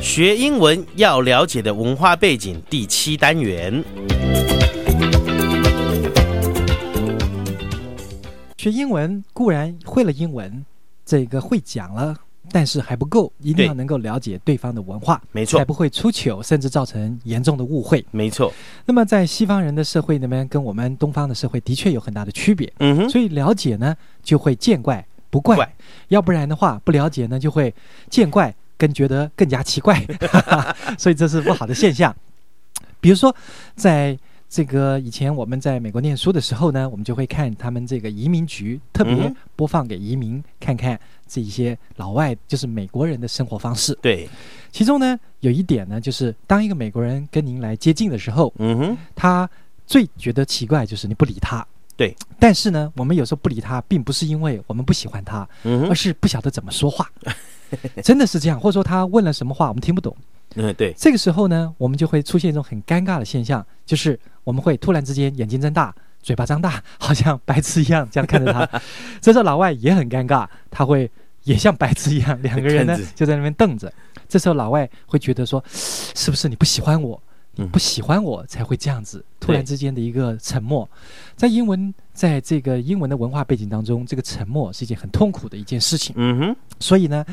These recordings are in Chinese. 学英文要了解的文化背景第七单元。学英文固然会了英文，这个会讲了，但是还不够，一定要对能够了解对方的文化，没错才不会出糗，甚至造成严重的误会。没错，那么在西方人的社会里面，跟我们东方的社会的确有很大的区别，嗯哼，所以了解呢就会见怪不怪，怪要不然的话不了解呢就会见怪更觉得更加 奇怪，哈哈，所以这是不好的现象。比如说，在这个以前我们在美国念书的时候呢，我们就会看他们这个移民局特嗯别哼播放给移民看看这一些老外就是美国人的生活方式。对，其中呢有一点呢，就是当一个美国人跟您来接近的时候，嗯哼，他最觉得奇怪就是你不理他。对，但是呢，我们有时候不理他，并不是因为我们不喜欢他，嗯而哼，是不晓得怎么说话。 真的是这样，或者说他问了什么话我们听不懂。嗯，对，这个时候呢，我们就会出现一种很尴尬的现象，就是我们会突然之间眼睛睁大，嘴巴张大，好像白痴一样这样看 着他。这时候老外也很尴尬，他会也像白痴一样，两个人呢看着就在那边瞪着。这时候老外会觉得说，是不是你不喜欢我？你嗯不喜欢我才会这样子，突对然之间的一个沉默，在英文，在这个英文的文化背景当中，这个沉默是一件很痛苦的一件事情。嗯哼，所以呢，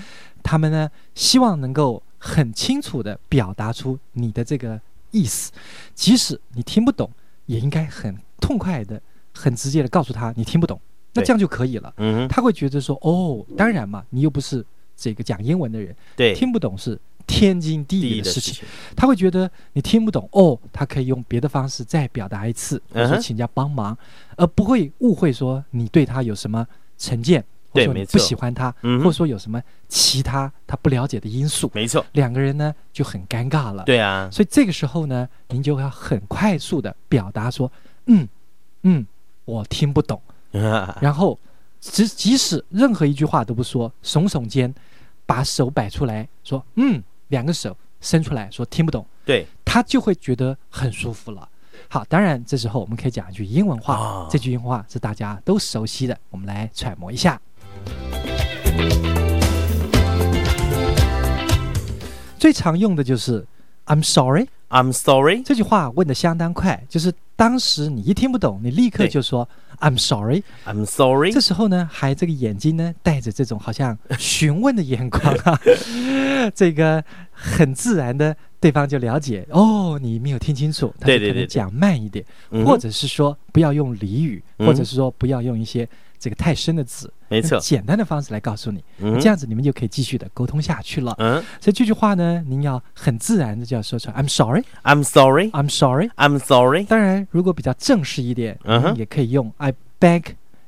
他们呢希望能够很清楚地表达出你的这个意思，即使你听不懂，也应该很痛快的、很直接的告诉他你听不懂，那对这样就可以了。嗯哼，他会觉得说：“哦，当然嘛，你又不是这个讲英文的人，对，听不懂是天经地第义一的的事事情。情，”他会觉得你听不懂，哦，他可以用别的方式再表达一次，或者嗯说哼请人家帮忙，而不会误会说你对他有什么成见，或对者说你没不错喜欢他，嗯或者哼，说有什么其他他不了解的因素，没错，两个人呢就很尴尬了。，对 啊，所以这个时候呢，您就要很快速的表达说，嗯，嗯，我听不懂。啊然后，即即使任何一句话都不说，耸耸肩，把手摆出来说，嗯，两个手伸出来说听不懂，对，他就会觉得很舒服了。好，当然这时候我们可以讲一句英文话，啊这句英文话是大家都熟悉的，我们来揣摩一下。最常用的就是 "I'm sorry" ，I'm sorry，这句话问的相当快，就是当时你一听不懂，你立刻对哎就说 "I'm sorry"。 I'm sorry，这时候呢，还这个眼睛呢带着这种好像询问的眼光啊， 这个很自然的，对方就了解哦，你没有听清楚，他对就可对对能对讲慢一点，嗯哼或者是说不要用俚语，嗯或者是说不要用一些这个太深的字，没错用，简单的方式来告诉你，嗯这样，子你们就可以继续的沟通下去了。嗯所以这句话呢，您要很自然的就要说出来，I'm sorry，I'm ，I'm sorry，I'm sorry，I sorry。当然，如果比较正式一点，嗯哼您也可以用 I beg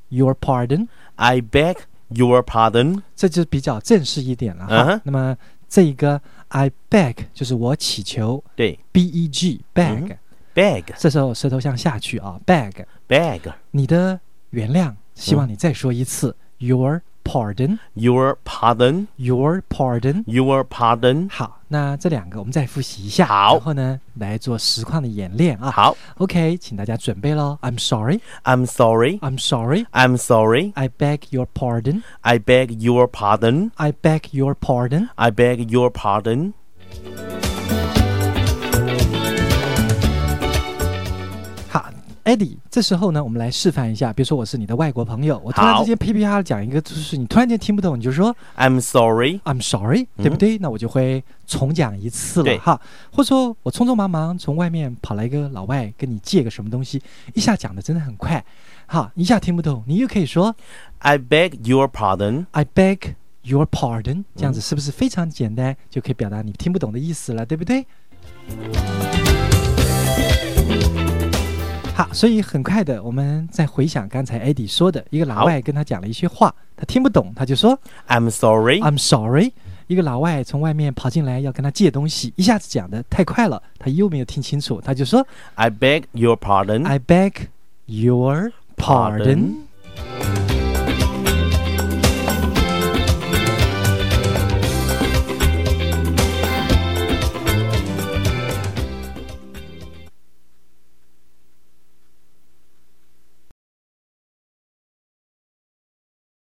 your pardon。 beg your pardon，这就比较正式一点了哈。嗯哼那么这一个 I beg 就是我祈求对，B E G beg，、嗯，beg，beg，这时候舌头向下去啊，beg，你的原谅，嗯希望你再说一次、your pardon，your Your pardon, pardon。 your pardon。好，那这两个我们再复习一下，好然后呢来做实况的演练啊。好 OK，请大家准备喽。I'm sorry, ，I'm sorry, I'm sorry, I'm sorry. I beg your pardon, I beg your pardon. I beg your pardon。 I beg your pardon. 好，Eddie，这时候呢，我们来示范一下。比如说，我是你的外国朋友，我突然好之间噼噼啪啪讲一个，就是你突然间听不懂，你就说 I'm sorry. I'm sorry，、嗯对不对？那我就会重讲一次了对哈。或者说我匆匆忙忙从外面跑来一个老外跟你借个什么东西，一下讲的真的很快，哈，一下听不懂，你又可以说 I beg your pardon. I beg your pardon，这嗯样子是不是非常简单，就可以表达你听不懂的意思了，对不对？嗯好，所以很快的，我们再回想刚才 Eddie 说的，一个老好外跟他讲了一些话，他听不懂，他就说 I'm sorry. I'm sorry。一个老外从外面跑进来要跟他借东西，一下子讲的太快了，他又没有听清楚，他就说 I beg your pardon. I beg your pardon Pardon